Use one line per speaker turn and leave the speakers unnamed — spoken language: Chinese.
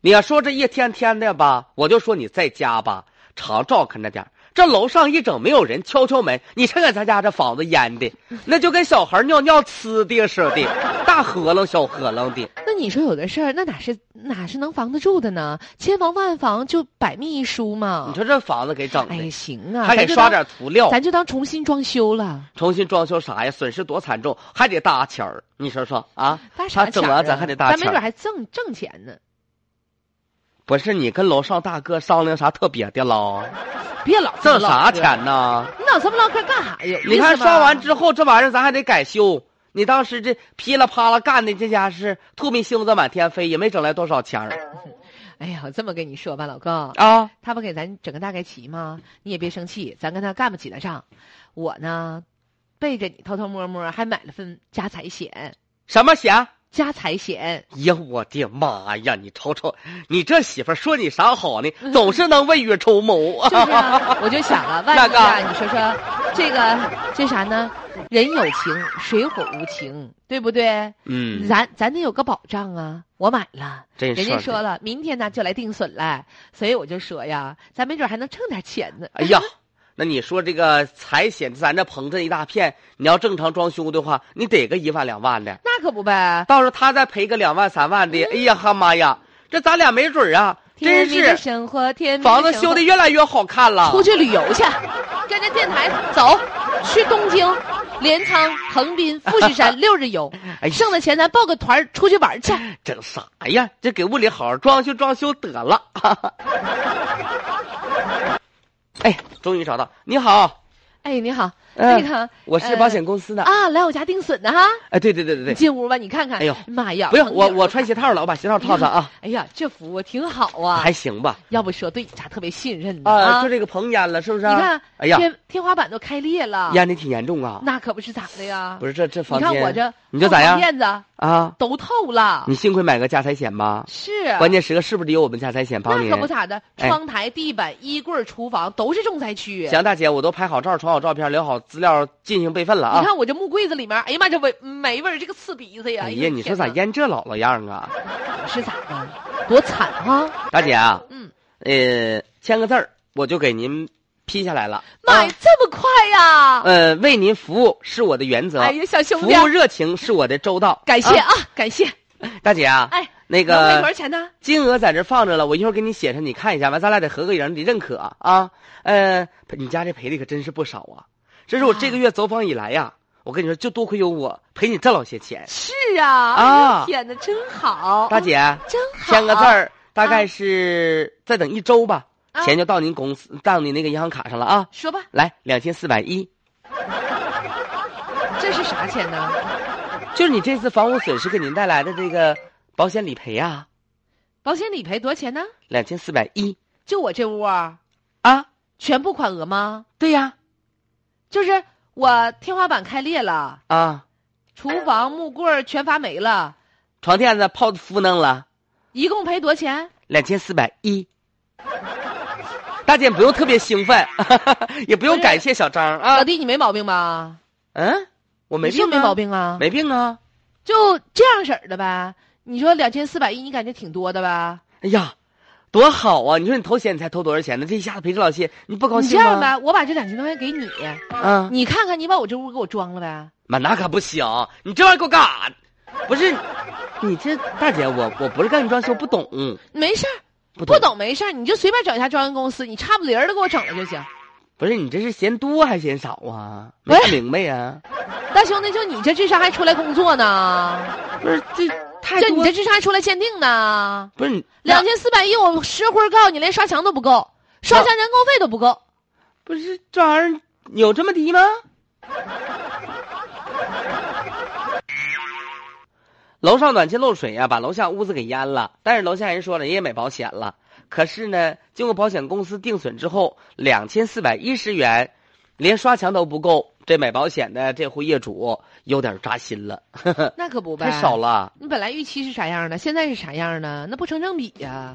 你要说这一天天的吧，我就说你在家吧，常照看着点儿这楼上一整没有人，敲敲门，你瞅瞅咱家这房子淹的，那就跟小孩尿尿呲的似的，大合楞小合楞的。
那你说有的事儿，那哪是哪是能防得住的呢？千防万防就百密一疏嘛。
你说这房子给整的，
哎，行啊，
还
咱
给
就
刷
当
点涂料，
咱就当重新装修了。
重新装修啥呀？损失多惨重，还得搭钱儿。你说说啊，
搭啥
他怎
钱
么
儿
咱
啊
还得搭
咱没
钱儿
准还挣挣钱呢。
不是你跟楼上大哥商量啥特别的了？
别老这么
挣
唠
啥
嗑？
钱呢？
你老这么唠嗑干啥呀？
你看刷完
之
之后，这玩意儿咱还得改修。你当时这噼里啪啦干的，这家是吐米星子满天飞，也没整来多少钱儿
哎呀，我这么跟你说吧，老公，
啊。
他不给咱整个大概齐吗？你也别生气，咱跟他干不起的账。我呢，背着你偷偷摸摸还买了份家财险，
什么险？
家财险。
哎呀，我的妈呀！你瞅瞅，你这媳妇儿说你啥好 呢？总是能未雨绸缪 啊！
就是啊，我就想了，万一啊，
那个
你说说，这个这啥呢？人有情，水火无情，对不对？
嗯，
咱咱得有个保障啊！我买了，
真
人
是
家
的
说了，明天呢就来定损来，所以我就说呀，咱没准还能挣点钱呢。
哎呀，那你说这个财险，咱这棚子一大片，你要正常装修的话，你得个一万两万的，
那可不呗，
到时候他再赔个两万三万
嗯
的，哎呀哈妈呀，这咱俩没准儿啊，
甜
真
蜜的
是
生活，甜蜜的
房子
生
修
活
的越来越好看了。
出去旅游去，跟着电台走，去东京、镰仓、横滨、富 士山六日游，
哎呀
剩的钱咱报个团儿出去玩 儿去。
整啥呀？这给屋里好好装修装修得了。 哎，终于找到，你好，
哎，你好，
嗯
那个
我是
呃
保险公司的。
啊，来我家定损的哈，
哎，对对对对
你
对，
进屋吧，你看看。
哎呦
妈呀，
不用
朋
我
友
我穿鞋套了，我把鞋套套上啊，
哎呀，这服务挺好啊
还，行吧？
要不说对你家特别信任呢
哎啊，就这个棚淹了，是不是？
你看，
哎呀，
天天花板都开裂了，
淹的挺严重啊。
那可不是咋的呀？
不是这这
你
房间，
看我这，
你这咋样
垫子
啊？
都透了，
你幸亏买个家财险吧？
是。啊
关键时刻是不是得有我们家财险帮
那
您
可？不咋的，
哎
窗台、地板、衣柜、厨房都是重灾区。
行，啊大姐，我都拍好照、传好照片、留好资料进行备份了啊。
你看我这木柜子里面，哎呀妈，这味霉味儿，这个刺鼻子呀！
哎
呦
呀，你说
天
咋
哪
淹这老了样啊？
是咋的？多惨啊！
大姐啊，
嗯，
呃，签个字儿，我就给您批下来了。
妈
啊
呀，这么快呀！
呃，为您服务是我的原则，
啊哎呀，小兄
服
弟，
务热情是我的周到。
感谢
啊
啊，感谢！
大姐啊，
哎，
那
能赔多
个
少钱呢？
金额在这放着了，我一会儿给你写上，你看一下。完，咱俩得合个影，你得认可啊啊。呃，你家这赔的可真是不少啊，这是我这个月走访以来呀、我跟你说，就多亏有我赔你这老些钱。
是啊，哎呦
啊
天哪，真好！
大姐，啊
真好，嗯
签个字儿，大概是再等一周吧，
啊
钱就到您公司，到您那个银行卡上了啊。
说吧，
来，两千四百一，
这是啥钱呢？
就是你这次房屋损失给您带来的这个保险理赔啊，
保险理赔多少钱呢？
两千四百一
就我这屋啊，
啊，
全部款额吗？
对呀、
就是我天花板开裂了，
啊，
厨房木棍儿全发霉了，
床垫子泡芙弄了，
一共赔多少钱？
两千四百一。大姐不用特别兴奋， 也不用感谢小张
老
啊，
弟，你没毛病吧？
嗯，我没
你是
病、啊，
没毛，病啊，
没病啊。
就这样式儿的呗。你说两千四百一，你感觉挺多的吧？
哎呀，多好啊！你说你偷钱，你才偷多少钱呢？这一下子赔这老些，你不高
你
兴
这
吗？
样呗，我把这两千多块钱给你，
啊，
你看看，你把我这屋给我装了呗。
妈，那可不行！你这玩意儿给我干啥？不是，你这大姐，我我不是干装修，不懂，
没事儿，
不懂
不懂没事儿，你就随便整一下装修公司，你差不离儿的给我整了就 行。
不是你这是嫌多还嫌少啊？没
不
看
是
明白呀、
大兄弟，就你这智商还出来工作呢？
不是这太
就你
多
这，智商还出来鉴定呢？
不是你
两千四百一，我实话告诉你，连刷墙都不够，刷墙人工费都不够。
不是这玩意儿有这么低吗？楼上暖气漏水呀、把楼下屋子给淹了。但是楼下人说了，人也买保险了。可是呢，经过保险公司定损之后，两千四百一十元，连刷墙都不够。这买保险的这户业主有点扎心了，呵呵
那可不呗，
太少了。
你本来预期是啥样的，现在是啥样呢？那不成正比呀、